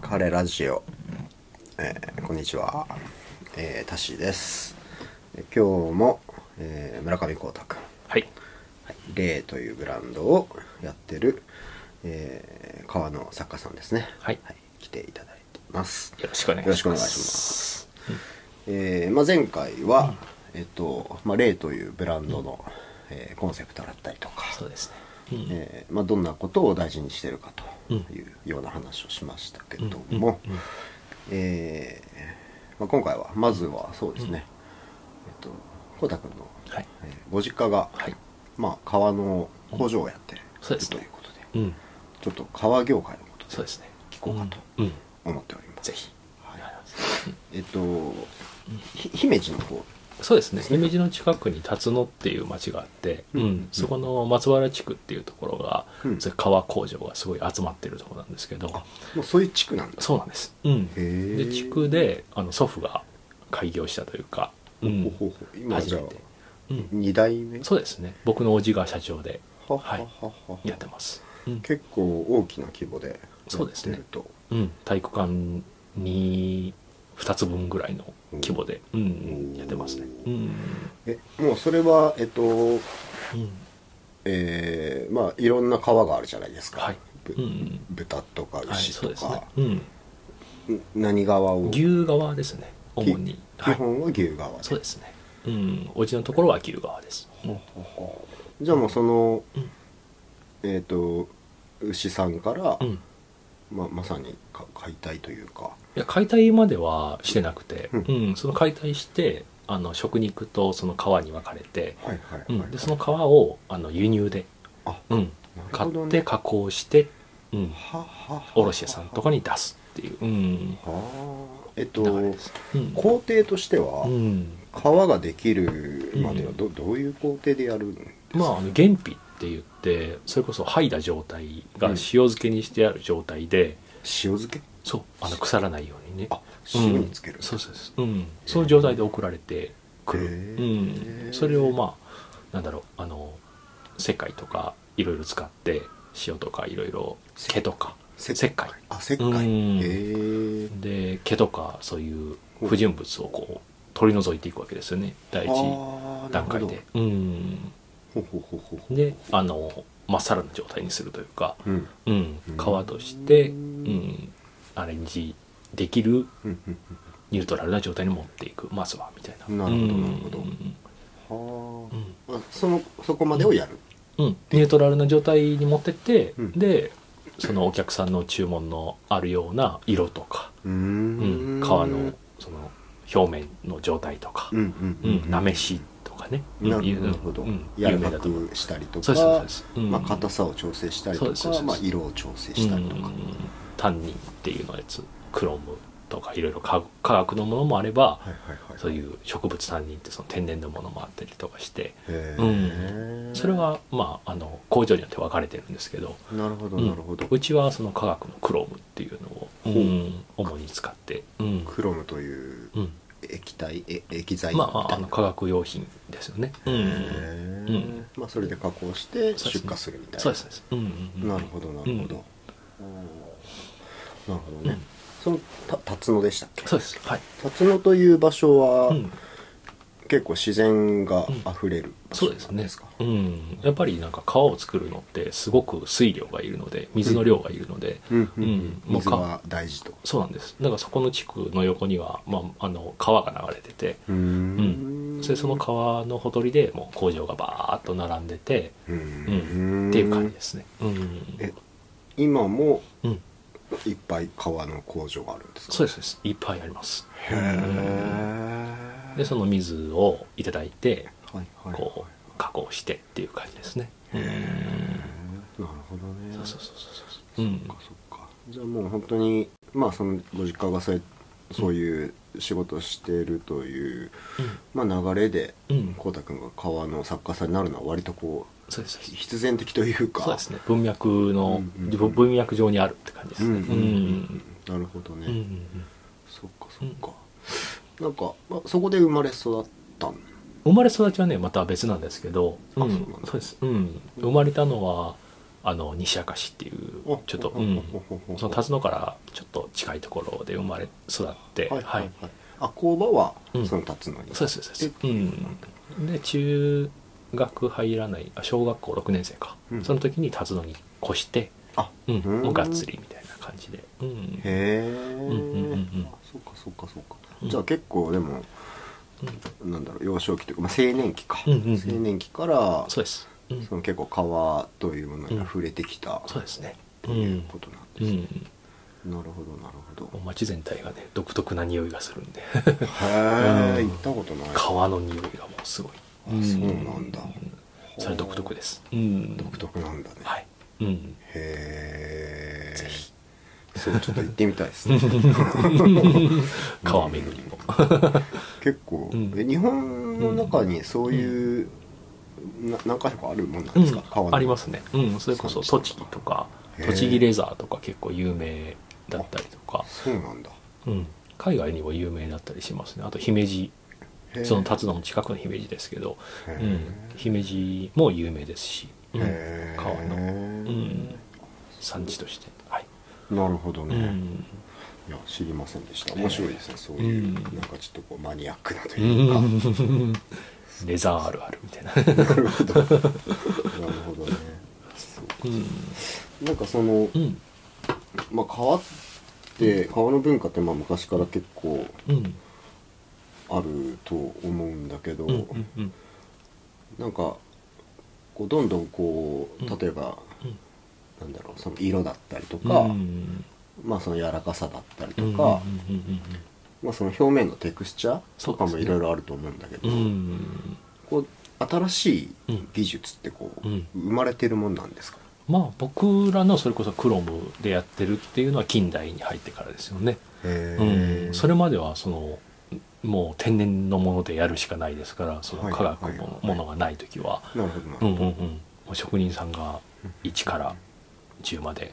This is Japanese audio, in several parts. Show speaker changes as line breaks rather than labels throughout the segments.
ハレラジオ、えーこんにちは、えー、タッシーですえー今日も、えー村上光太君
はい。
はいレイというブランドをやってる、えー革の作家さんですね
はい
来ていただいてます
よろしくお願いし
よ
ます。
ろしくお願いします。えーまあ、前回は、えっとまあ、レイというブランドの、えーコンセプトだったりとか
そうですね。うん
えーまあ、どんなことを大事にしてるかと
うん
いうような話をしましたけども、えーまあ、今回はまずはそうですね、えっと浩太君の、
はい。
えーご実家が、
はい。
まあ、革の工場をやってる
うんそうです
と
ね
いうことで
うん。
ちょっと革業界のこと
そうですね。
聞こうかと
うん。うん
思っております、
ぜひ。
はい
ありがとうございます
えっとひ姫路の方
そうですね。姫路の近くに辰野っていう町があって、
う
うんん。そこの松原地区っていうところが
うん、
それ革工場がすごい集まってるところなんですけど、
もうそういう地区なんです
そうなんです。うん。
へー
で、地区で、あの、祖父が開業したというか、うん
ほほほ今じゃあ
初めてうん。
2代目
そうですね。僕の叔父が社長で
は
はい
はは
やってます。うん。
結構大きな規模で
そうですね
やってると
うん、体育館に2つ分ぐらいの規模で、うん
おー
やってますね、うん
えもうそれはえっと
うん
えーまあいろんな川があるじゃないですか、
はい
ぶ
うん
豚とか
はい、
牛
そう
と
です
か、
ね、うん、
ん何川を基
牛側ですね主に、はい、
本は牛川で、
そうですねうんおじのところは牛側です、うん
じゃあもうその、
うん
えっ、と牛さんから、
うん、い
まあ、まさにか解体というか
や解体まではしてなくて、
う
うんんその解体してあの食肉とその皮に分かれて、
はいはいはい、
うん、でその皮をあの輸入で、
あ
うん、
なる
買
ほ
っ
ど
て
ね
加工して、うん、
ははは
卸屋さんとかに出すっていう、うん、
はあえっと
流れです。うん
工程としては、
うん
革ができるまではど,、どういう工程でやるんですか、
まあ、あの原皮って言ってそれこそ剥いだ状態が
うん
塩漬けにしてある状態で、
塩漬け
そうあの腐らないようにね
あ塩につける、
うんそうそうです、うん、その状態で送られてく
へ
る、
ー
うん、それをまあなんだろうあの石灰とかいろいろ使って塩とかいろいろ毛とか
せ
石灰
あ石
う
灰
ん
へえ
で毛とかそういう不純物をこう取り除いていくわけですよね第一
あーなる
段
ほ
階
ど
で。うん
ほうほうほうほうほう
であのまっさらな状態にするというか、
うん
うん
うん、
皮として、
う
うんん、アレンジできる
うんうん
ニュートラルな状態に持っていくまずはみたいな
なるほどなるほど
うん
うんは
う
あ
ん
あそのそこまでをやる、
うん、ニュートラルな状態に持ってって、
うん
でそのお客さんの注文のあるような色とか、
う
う
ん
ん、皮のその表面の状態とか
うん、うん
うんなめしとかね
な
うんい
る
う
なるほど、
うん、
柔
有
ら
名
か
だと思う
くしたりとか
そうですそうです、うん
まあ、硬さを調整したり
そ
と
うですそうで
か、
す
まあ、色を調整したりとか、
うんタンニンっていうのやつクロムとかいろいろ化化学のものもあれ
は
ば、
いはいはい
そういう植物タンニンってその天然のものもあったりとかして
へえ、
それはまああの工場によって分かれてるんですけど
なるほど
うん
なるほど、
うちはその化学のクロムっていうのを、
ほう
うん主に使って、うん
クロムという
うん
液体え液剤
まあまああ
みたい
の
な
化学用品ですよね。うん
へえ
うん
まあ、それで加工して
そうですね
出荷するみたいな
そうですそうです、うんうんうん
なるほどなるほど、おーなるほどね、
うん
そのた辰野でしたっけ
そうですはい、
辰野という場所は、
うん
結構自然があふれる場所
そう
な
です
ん
ね
ですか
うん、やっぱりなんか川を作るのってすごく水量がいるので水の量がいるので、
うん
うん
うん
もう
水
か
は大事と
そうなんですだからそこの地区の横には、まあ、あの川が流れてて
うーん
それでその川のほとりでもう工場がバーッと並んでて、
うー
うん
ん
っていう感じですねうん
え今も
うん、
いっぱい川の工場があるんですか
そうですそうですいっぱいあります
へえ
でその水をいただいて
はいはい
こう加工してっていう感じですねうん
なるほどね
そうそうそうそうそううん
そっかそっかじゃあもう本当にまあそのご実家がそうそういう仕事をしてるという、まあ、流れで
うん
こうたくんが川の作家さんになるのは割とこう
そうです
ひ必然的というか
そうですね文脈の、
うんうんうん
文脈上にあるって感じです
う
ね
んうんうんなるほどね、
うんうんうん
そっかそっか、なんか、まあ、そこで生まれ育ったん
生まれ育ちはねまた別なんですけど、
あ
うん
そうなんだ
そうです、うん、生まれたのはあの西明石っていうちょっと、
お
うん
おおおおお
その辰野からちょっと近いところで生まれ育って、
はいはい
は
はいいあ工場は
うん
その立つのに
そうですそうです、うん、で中学入らないあ小学校6年生か、
うん
その時に辰野に越して、
あ
うん
うん
もうがっつりみたいな感じで、うん
へえ、
んうんうん
あそうかそうかそうか、
うん
じゃあ結構でもなんだろう幼少期というか、まあ、青年期か、
うんうんうん
青年期から
そうです、うん
その結構川というものに触れてきた
そうですね
ということなん
う
です、ね
ん、
なるほどなるほど
もう街全体がね独特な匂いがするんで
へ
う
え
ん
行ったことない
川の匂いがもうすごい
あそうなんだ
それ独特です、うん、
独特なんだね、
はい、うん、
へ
ぜひ
えそうちょっと行ってみたいですね
川巡りも、
結構、
うん
え日本の中にそういう、な何か所かあるもんなんですか、川
うん、
の
ありますね、うん、それこそ
そうで
栃
す
木
か
とか
へー
栃木レザーとか結構有名だったりとか、
そうなんだ
うん、海外にも有名だったりしますねあと姫路
へえ
その辰野の近くの姫路ですけど、
へ
う
え
ん、姫路も有名ですし、うん
へえ
川のん産地としてはい、
なるほど
う
ね、
ん
いや知りませんでした
ね
面白いですね、そういう、
うん
なんかちょっとこうマニアックなと
う
いうか、
ん、レザーあるあるみたいな、
なるほどなるほどねそう
うん
なんかその、
うん
まあ、川って川の文化ってまあ昔から結構
うん
あると思うんだけど、
うんうんうん
なんかこうどんどんこ
うん
う例えば、
うん
なんだろうその色だったりとか、
うん
まあその柔らかさだったりと
うんうんうん
か、
うん
まあ、その表面のテクスチャーとかも
そうですね
いろいろあると思うんだけど、
うん
こう新しい
うん
技術ってこう、
うん
生まれてるもんなんですか
まあ僕らのそれこそクロムでやってるっていうのは近代に入ってからですよね、
へ
うん、
ー
それまではそのもう天然のものでやるしかないですからその
はい
科学
はいは
の
い
ものがない時は、
なるほどなる
う
ほ
ん
ど
うんうん、もう職人さんが1から10まで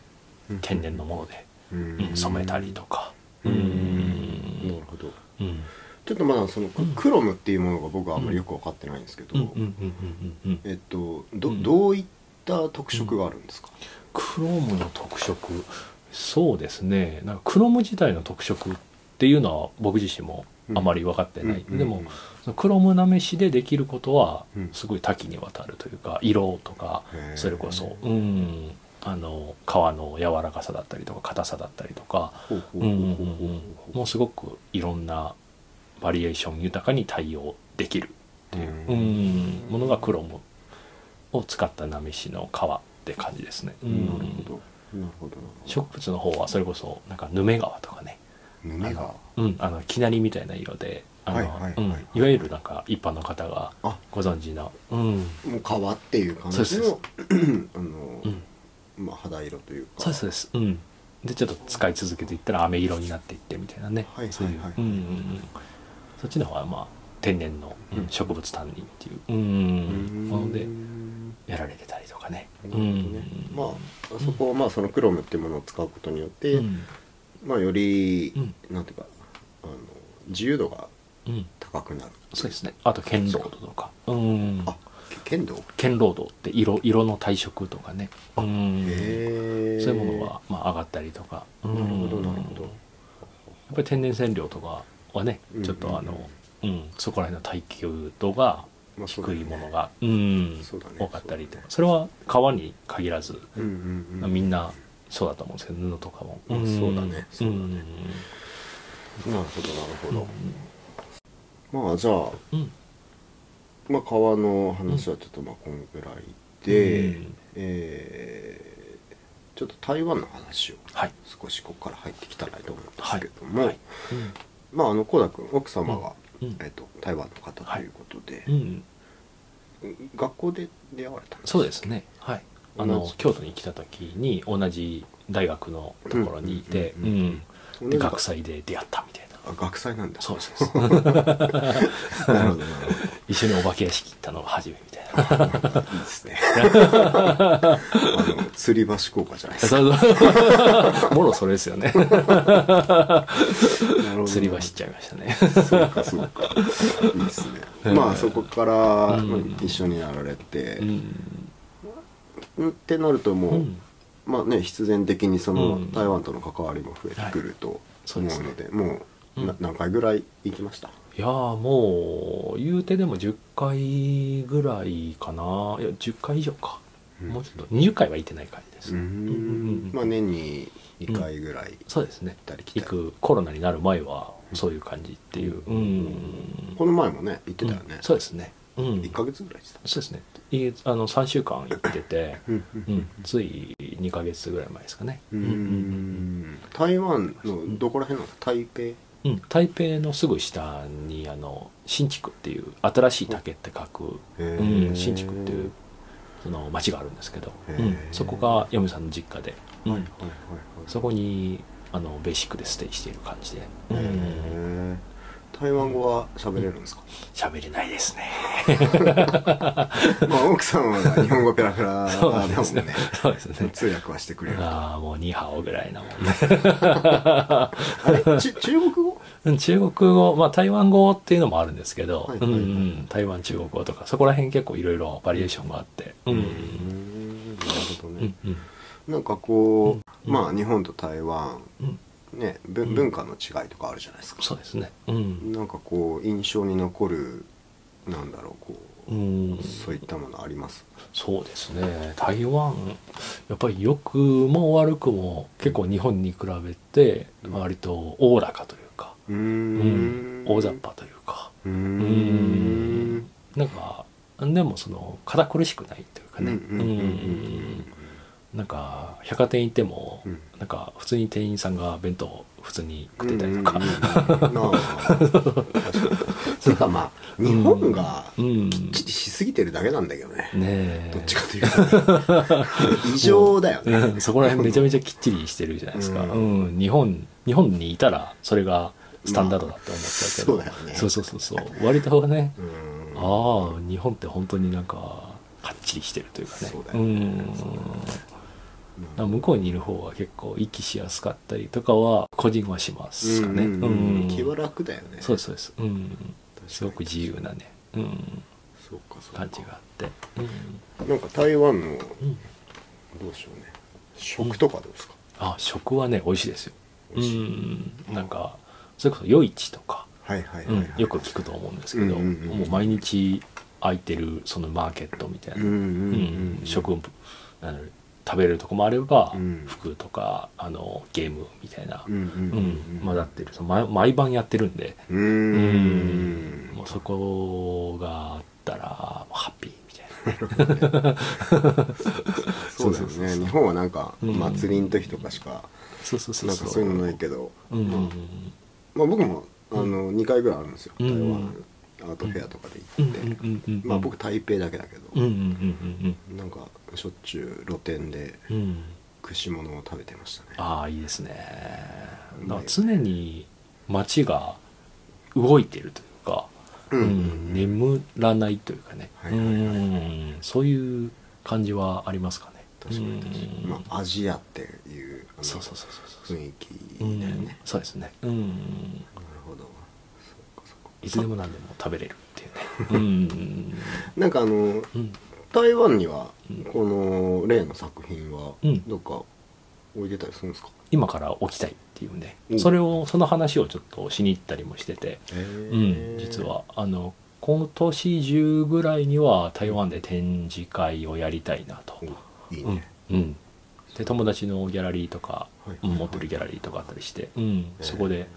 うん
天然のもので、
うん
うん、染めたりとか、
う
うんん
なるほど
うん
ちょっとまだその
ん
クロムっていうものが僕はあんまりよく分かってないんですけど、
うんうんうんうんうんうん
えっとど
うん
どういった特色があるんですか、
クロムの特色そうですねなんかクロム自体の特色っていうのは僕自身もあまり分かってない、
うん
でもそのクロムなめしでできることは
うん
すごい多岐にわたるというか色とか
へー
それこそうんあの皮の柔らかさだったりとか硬さだったりとか
ほうほう
う
ほ
ん
う
うんうん
ほうほう
うんもうすごくいろんなバリエーション豊かに対応できるっていう
う
うんんものがクロムを使ったなめしの皮って感じですね。う
うんんなるほどなるほどなるほど
植物の方はそれこそなんかヌメ革とかね、
胸が
うん、あのきなりみたいな色であの
はいはいはい
うんいわゆるなんか一般の方が
あ
ご存知な、うん
もう皮っていう感じの
そう
あの、
うん、
まあ、肌色というか
そうですそうです、うん、でちょっと使い続けていったら飴色になっていってみたいなね、
はいはいはい
そういう、うんうんうん、そっちの方はまあ天然の、うん
うん
植物単林っていう、う
う
ん
ん
ものでやられてたりとかね。
なるほどね
うん
まああそこはまあそのクロムっていうものを使うことによって、
うん
まあより、
うん
なんていうかあの自由度が
うん、
高くなる
そうですねあと剣道とか、うん、
あけ剣道
剣労働って色色の退色とかねうん
へえ
そういうものは、まあ、上がったりとかな
なるほどなるほ
や
ど
っぱり天然染料とかはね
うん
ちょっとあの、うんそこら辺の耐久度が
まあそうだ
低
ね
いものが、うん
そうだね
多かったりとかそれは革に限らず、
うんうんうん
みんなそうだと思うんですけど布とかも、
うんそうだねそうだねなるほどなるほ
うん
ど、まあじゃあ、
うん
まあ、川の話はちょっとまあこんぐらいで、
うん
えーちょっと台湾の話を
はい
少しここから入ってきたらと思うんですけども、
はいうん
まああのコダ君奥様が、
うん
えっと台湾の方ということで、
うん
学校で出会われたんですか
そうですねはいあ
同
の
じ
京都に来た時に同じ大学のところにいて
うんうんうんうん
うん
同
で
じ
学祭で出会ったみたいな
あ学祭なんだ
そうですそうです
なるほどなるほど
一緒にお化け屋敷行ったのが初めみたいな
いいですね。 あの、釣り橋効果じゃないですか。
そう そうもろそれですよね釣り橋行っちゃいましたね
そうか、そうか。いいですね。まあ、そこから、まあ一緒になられて、
うん
ってなるともう、
うん
まあね必然的にその
うん
台湾との関わりも増えてくると
そう
思う
です
の
ね
で、もう、な
うん
何回ぐらい行きました
いやーもう言うてでも10回ぐらいかないや10回以上か、
うん
もうちょっと20回は行ってない感じです、
うー
うんうんうん
んまあ年に2回ぐらい行っ
そうですね
たり来
行
たり、
くコロナになる前はそういう感じっていううん、
この前もね行ってたよ
う
ね
ん、そうですねうん
1ヶ月ぐらい行ってた
そうですねいあの3週間行ってて
うん
うん、つい2ヶ月ぐらい前ですかね。
うーん台湾のどこら辺なの台北
うん、うん台北のすぐ下にあの新築っていう新しい竹って書く、
へ
う
ー
ん、新築っていうその町があるんですけど、う
へー
ん、そこが嫁さんの実家で、うん
はいはいはい
そこにあのベーシックでステイしている感じで
へ
うん
ー台湾語は喋れるんですか、
喋、れないですね。
まあ奥さんは日本語ペラペラだ
そう
も
なんん
ね
ですね。そうですね。
通訳はしてくれるとあ
ああもうニーハオぐらいなもんね。
れち中国語
うん中国語、まあ、台湾語っていうのもあるんですけど、
はいはいはい
うんうん、台湾中国語とかそこら辺結構いろいろバリエーションがあって、う
うんーんなるほど
うん
ね、
うん
なんかこう、
うん
まあ日本と台湾
うん、
ねぶ
うん
文化の違いとかあるじゃないですか、
そうですね、うん
なんかこう印象に残るなんだろうこう、
うん、
そういったものあります
そうですね台湾やっぱり良くも悪くも結構日本に比べて
うん
割とおおらかというか、
うー
うん
ん
大雑把というか、
うー
うん
ん
なんかでもその堅苦しくないというかね、
うんうんうんうんうん
なんか百貨店行っても、
うん
なんか普通に店員さんが弁当を普通に食ってたりとか、
うんうんうんうんまあ確かにていうかまあ日本が
うん
きっちりしすぎてるだけなんだけどね、
ねえ
どっちかというと、 ね、異常だよね、
うんそこら辺めちゃめちゃきっちりしてるじゃないですか、
う
うん日本日本にいたらそれがスタンダードだって思っちゃうけど、
まあそうだよね
そうそうそうそう割とね
うん
ああ日本って本当になんかかっちりしてるというかね
そうだよね
ん
そうだよね
だから向こうにいる方は結構息しやすかったりとかは個人はしますかね
うんうんうん気は
うん
楽だよね
そうですそうです、うん
確か、に
すごく自由なね、うん、
そうかそうか
感じがあって、うん
なんか台湾の
うん
どうしようね食とかどうですか、
あ食はね美味しいですよ
美味し
うんなんかそれこそ夜市とか、
はいはいは
う
い、
ん
はい
よく聞くと思うんですけど、
うんうんうん
もう毎日空いてるそのマーケットみたいな、
うんうんうん
うん食あの食べれるとこもあれば、
うん
服とかあのゲームみたいな、
うんうんうん
うん混ざってるその毎毎晩やってるんで、
うーん
うんもうそこがあったらもうハッピーみたいな。
そうだよ
そうそうそう
ね
そう
日本はなんか
うん
祭りの時とかしか
そうそうそう
なん
そ
か
う
そういうのないけど、
うんうん
まあ、僕もあの2回ぐらいあるんですよ
う
台
ん
湾アートフェアとかで
う
行
ん
って、
うんうんうん
まあ、僕台北だけだけ
うん
ど、
うんうん
なんかしょっちゅう露店で
うんうん
串物を食べてましたね
ああいいですね
うま
だか
い
ら常に街が動いてるというか、
うん
うん眠らないというかね、
はいはいはい
うんそういう感じはありますかね
確かに確かに、
うん
まあ、アジアっていうあの
そうそうそうそうそう、
雰囲気
う
だよね、
ん
なる
そうですねうん
ほどそうかそうか
いつでも何でも食べれるっていうね
なんかあの
うんうん
台湾には
うん
この例の作品は
うん
どっか置いてたりするんですか、
今から起きたいっていうんで
お
それをその話をちょっとしに行ったりもしてて
へ
うん
ー、
実はあの今年中ぐらいには台湾で展示会をやりたいなと、
おいい
うん
ね、
うん、で友達のギャラリーとか、
はい
うん持ってるギャラリーとかあったりして、うん、そこで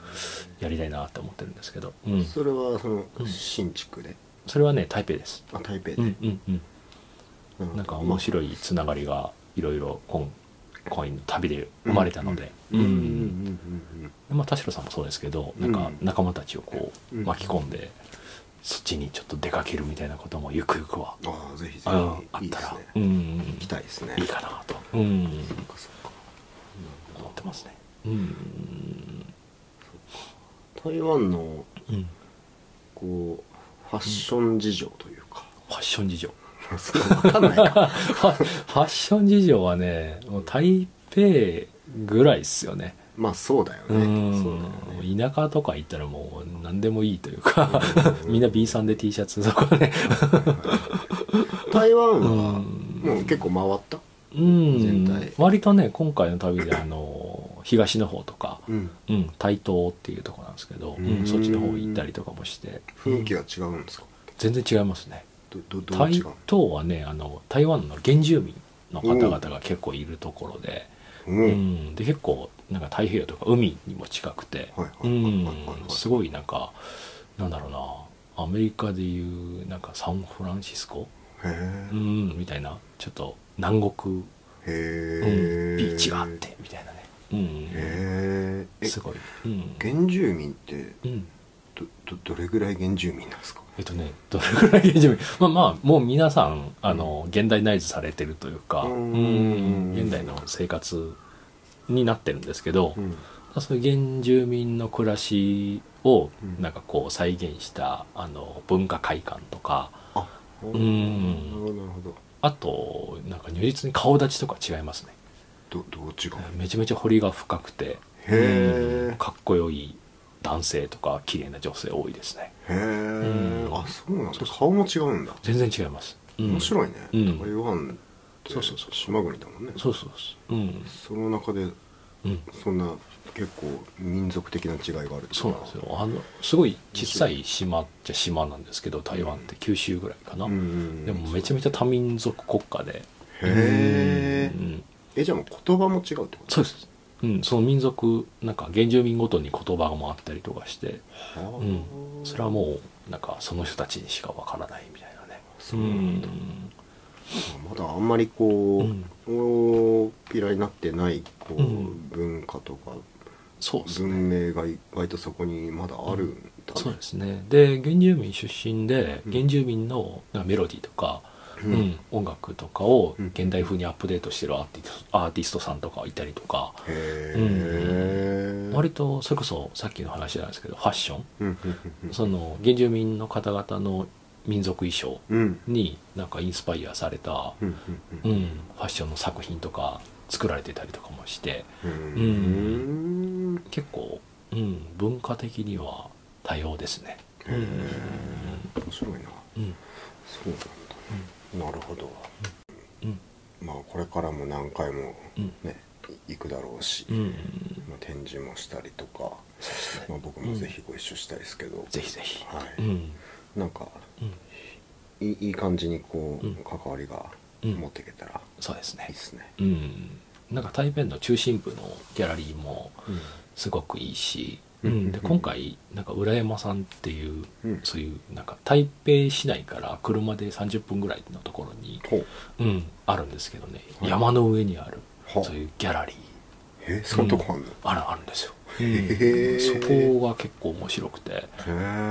やりたいなと思ってるんですけど、うん、
それはその
うん
新築で、
それはね台北です、
あ台北で、
うんうん
う
うん、なんか面
い
白いつながりがいろいろ今今の旅で生まれたので、
うんうん
まあ、田代さんもそうですけどなんか仲間たちをこう
うん
巻き込んで、そっちにちょっと出かけるみたいなこともゆくゆくは、
うんうんああぜひぜ
あのあ
ひい
っ
いで
た
す
ら
ね
うん
行きたいですね
いいかなと、うん、
そっかそっか
思ってますね。うん
台湾の
うん
こうファッション事情というか、
ファッション事情
そんなわかんない か
ファファッション事情はねもう台北ぐらいっすよね
まあそうだよ
う
ね
ん
そうだよね
田舎とか行ったらもう何でもいいというか
うん
みんな B さん で T シャツとかね
台湾は
うん
もう結構回った
うん
全体
割とね今回の旅であの東の方とか、
うん、
うん、台東っていうところなんですけど、うん
うん
そっちの方行ったりとかもして
雰囲気が違うんですか
全然違いますね
どどどう
台
違
東
う
はねあの台湾の原住民の方々が結構いるところで,、
の
う
うんん
で結構なんか太平洋とか海にも近くて、
はいは
う
いはいはい
ん
はいはい
すごいなんかなんだろうなアメリカでいうなんかサンフランシスコ、
へえ
うん、みたいなちょっと南国、う
へ
ん
え
ビーチがあってみたいなね、うん
へええ
すごい、うん
原住民って
うん、
どどどれぐらい原住民なんですか
えっとねどれぐらい原住民まあまあも う皆さんあの現代ナイズされてるというか
うん
うん現代の生活になってるんですけど、
うん
そういう原住民の暮らしを
うん
なんかこう再現したあの文化会館とか
あ
ん
なるほどなるほど
あとなんか如実に顔立ちとか違いますね
どどう違う
めちゃめちゃ彫りが深くて
へー
うんかっこよい男性とか綺麗な女性多いですね
へえ
うん
あそうなんだ顔も違うんだ
全然違います、うん
面白いね
うん
台湾って
そうそうそう
島国だもんね
そうそうそううん、
その中で
うん、
そんな結構民族的な違いがあるってい
そうなんですよあのすごい小さい島っちゃ島なんですけど台湾って九州ぐらいかな、
うんうん
でもめちゃめちゃ多民族国家で
へ
う
ー
ん
えじゃあもう言葉も違うってこと
そうです、うん、その民族なんか原住民ごとに言葉もあったりとかして、
あー
うん、それはもうなんかその人たちにしかわからないみたいなね
そうなんだ
ん
まだあんまりこう、大ピラになってないこう、
うん
文化とか
そうですね
文明が意外とそこにまだあるんだ、ね
そうですねで原住民出身で
うん
原住民のなんかメロディーとか、
う
うん
ん
音楽とかを
うん
現代風にアップデートしてるアーティストアーティストさんとかいたりとか、
へえ、
割とそれこそさっきの話じゃないですけどファッション
うん
その原住民の方々の民族衣装
うんうん
になんかインスパイアされた、
うん
うん、ファッションの作品とか作られてたりとかもして
うん
う
うんへ
結構、うん、文化的には多様ですね。
え面白いな
うん
そうなんだ、なるほど、
うん
まあこれからも何回も
うん
ね、行くだろうし、
うん
まあ、展示もしたりとか、
そうです
まあ、
ね
僕もぜひご一緒したいですけど、
ぜひぜひ。
はい
うん
なんか
うん、
いいいい感じにこう、
うん
関わりが
うん
持っていけたら
そうです
いい
ね
で。すね、
うん、なんか台北の中心部のギャラリーも
うん
すごくいいし、
う
うんん、で今回なんか浦山さんっていう、
うん
そういうなんか台北市内から車で30分ぐらいのところに、
ほう
うん、あるんですけどね、
はい
山の上にある
はあ
そういうギャラリー
えそんなとこあんの、
あるあるんですよ、
へえ
そこが結構面白くて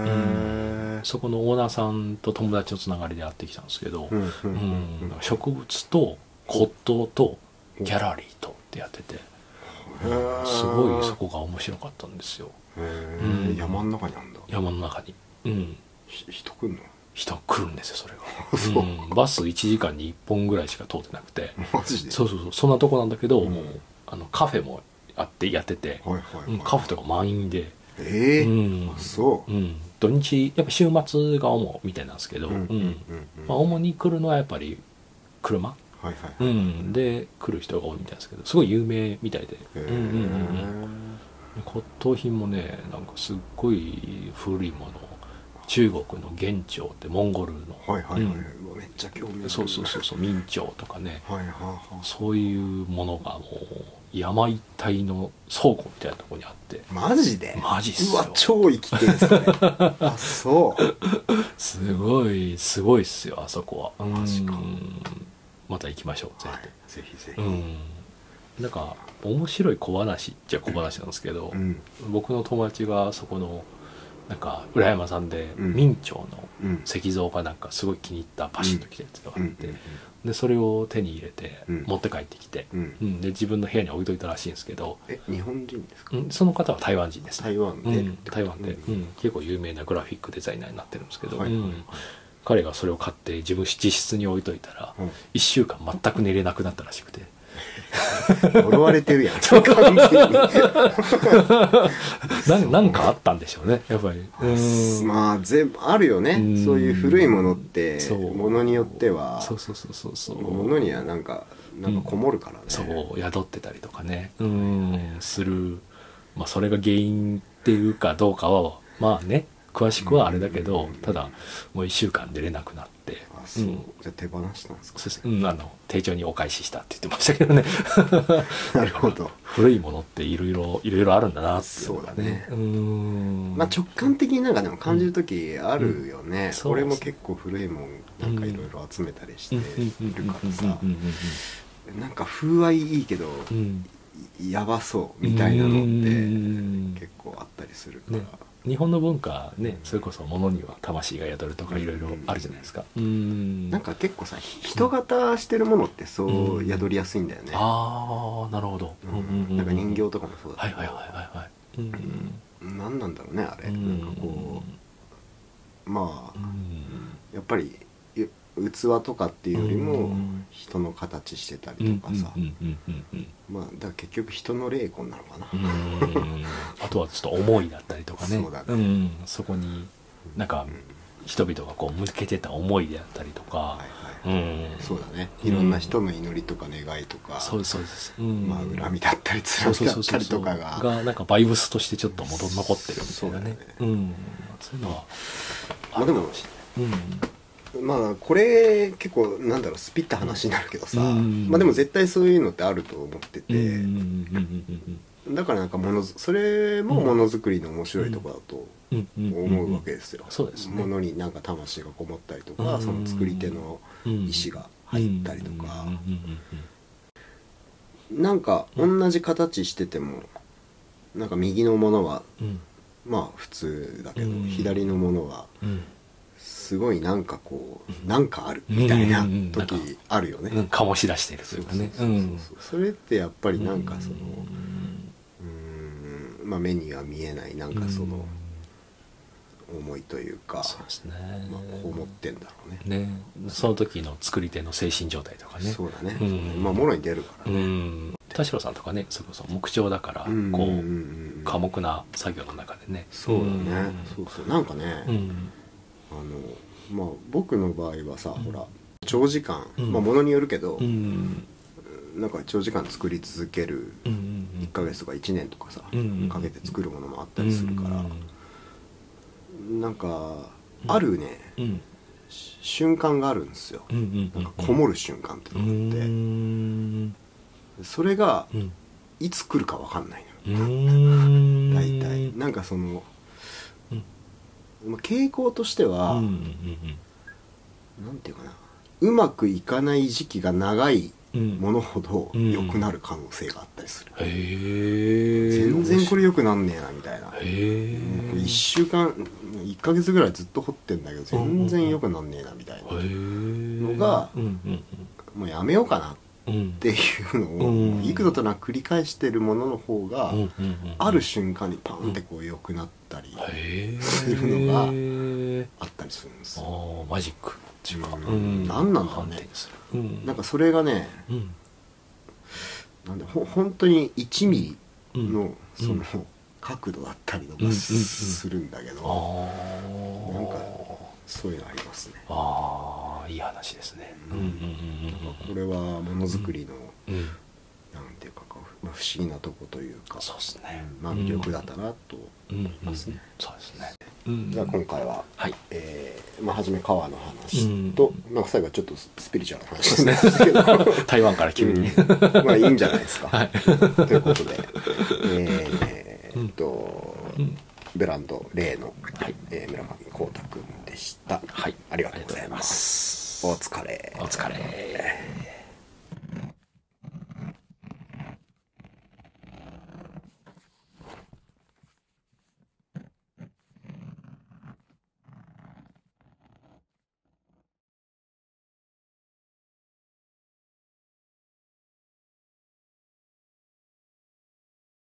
へえ
そこのオーナーさんと友達のつながりで会ってきたんですけど、
うんうん
うんなんか植物と骨董とギャラリーとってやってて
へえ
すごいそこが面白かったんですよ
へえ、
うん
山の中にあんだ
山の中にうん
ひ人来んの
人来るんですよそれ
そ
が、うん、バス1時間に1本ぐらいしか通ってなくて
マジで
そうそうそうそんなとこなんだけど、
うん
もうあのカフェもあってやってて、
はいはい、はい
うんカフェとか満員で、
ええ
うん
あそうう、
ん、土日やっぱ週末が主みたいなんですけど、
うんうんうんうん
まあ、主に来るのはやっぱり車、
はいはいはい、
うん、で来る人が多いみたいですけどすごい有名みたいで、
へえ、
うんうんうんうん、骨董品もねなんかすっごい古いもの中国の元朝ってモンゴルの、
はいはいはい、
うん
うわめっちゃ興味ある
そうそうそうそう明朝とかね
はいはいは
そういうものがもう山一帯の倉庫みたいなところにあって
いマジで
マジっす
う
よ
わ超生きてるんすねあそう
すごいすごいっすよあそこはう
マジか
んまた行きましょうぜ
はいぜひぜ
ひ、
ひ
うんなんか面白い小話っちゃ小話なんですけど、
うん
僕の友達がそこのなんか浦山さんで
うん
明朝の
うん
石像がなんかすごい気に入ったパシッときたやつがあ
う
っ
ん
て、でそれを手に入れて
うん
持って帰ってきて、
うんうん
うん、で自分の部屋に置いといたらしいんですけど、
え日本人ですか
うん、その方は台湾人ですね
台湾で、
うん、台湾で、
う
うんん、結構有名なグラフィックデザイナーになってるんですけど、
はいはいはい
うん彼がそれを買って自分自室に置いといたら、
うん
1週間全く寝れなくなったらしくて
呪われてる やん完全に
ななんかあったんでしょうねやっぱりうん
まあ全部あるよね
うん
そういう古いものって
そう
ものによっては
そうそうそうそうそう
ものにはなんかなんかこもるからね、
そう宿ってたりとかねうんする、まあ、それが原因っていうかどうかはまあね詳しくはあれだけど、
うん
ただもう1週間出れなくなって
あそう、
うん
じゃあ手放したんですか
そうですうんあの丁重にお返ししたって言ってましたけどね
なるほど
古いものっていろいろいろいろあるんだなっていうのが
そうだね
うん
まあ直感的になんかでも感じる時あるよね、
うんそう
俺も結構古いもんなんかいろいろ集めたりしているからさ
うんうんうん
なんか風合いいいけど
うんうん
やばそうみたいなのって
うん
結構あったりするから、
ね日本の文化ねそれこそ物には魂が宿るとかいろいろあるじゃないですかうん
なんか結構さひ人型してるものってそううん宿りやすいんだよね、
ああなるほど、
うんなんか人形とかもそうだ
は
け
い
ど
はいはいはいはいうん
何なんだろうねあれ、
うん
なんかこうまあ
うん
やっぱりい器とかっていうより
う
も
ん
人の形してた
う
り
ん
とかさ、
うんうんうんうん
まあだから結局人の霊魂なのかな、
うんあとはちょっと思いだったりとかね
そうだね
ん、そこになんか
うん
人々がこう向けてた思いであったりとか
はい、はい
うん
そうだね
うん
いろんな人の祈りとか願いとか、
そうですそうです、うん
まあ、恨みだったり
そう
辛
そ
み
う
だ
そ
っ
う
た
そう
りとかが
がなんかバイブスとしてちょっと戻り残ってるみたいなね
そうだね
うん、そういうのは
まあでも
うん
まあこれ結構なんだろうスピった話になるけどさ、
うん
まあ、でも絶対そういうのってあると思って
うんうん
て、
うん
だからなんかものづそれもものづくりの面白いところだと
うんうんうん
思うわけですよ、
そうですね
ものになんか魂がこもったりとか、
うん
その作り手の意思が入ったりとか、なんか同じ形しててもなんか右のものはまあ普通だけど、
うん
左のものはすごいなんかこうなんかあるみたいな時あるよね、
醸し出してるというかね
そうそうそうそうそれってやっぱりなんかそのうーんまあ目には見えないなんかその思いというか、
そうですね
まあ、こう思ってんだろうね
ねその時の作り手の精神状態とかね
そうだね、
うん
まあもろに出るから
う
ね、
ん田代さんとかねそれこそ木彫だから
うん
こ
ん
うん
ん
寡黙な作業の中でね
そうだね、そうそうなんかね、
うん
あのまあ僕の場合はさ、
ん
ほら長時間、
うん
まあものによるけど
う、ん
なんか長時間作り続ける
うんうん
1ヶ月とか1年とかさ、
うん
かけて作るものもあったりするから、なんか
うん
あるね、
うん
瞬間があるんですよ、
うんうん
なんかこもる瞬間っていううのがあって、
ん
それが
うん
いつ来るか分かんないのよ、大
大
体なんかその、
うん
まあ、傾向としては、
うん
なんていうかなうまくいかない時期が長い
うんうん
ものほど
うん
良くなる可能性があったりする、
へえ
全然こ
れ
れ良くなんねえなみたいな、もう
へえ
1週間1ヶ月ぐらいずっと掘ってんだけど全然良くなんねえなみたいな、
の
が
うんうん
もうやめようかなっ
うんうん
ていうのを、
うん
幾度となく繰り返してるものの方が、
うんうんうん
ある瞬間にパンってこう良くなったり、
へえ
するのがあったりするんです
あ
よ
ーマジックっていうか
うん
うん
何なんだろうね
判定するうん
なんかそれがね
うん
なんでほ本当に1ミ
う
リ
ん
のその、
うん
角度だったりと
うんうんう
か
ん
するんだけど、
あー
なんかそういうのありますね
あーいい話ですね
うん
うん
なんかこれはものづくりの、
うんうん
なんていうかこう、まあ、不思議なとこというか
そうですね
うんまあ魅力だったなと、
うんうんうん
すね
そうですねうん
じゃあ今回は、
はい
えーまあ、初め川の話と、まあ、最後はちょっとスピリチュアルな話
そう
で
ですす
け
ね
ど
台湾から急に
うんまあいいんじゃないですか、
はい
ということでえーっと、
ん
ブランド例の、
はい
えー村上光太君でした、
はい
ありがとうございますお疲れ
お疲れ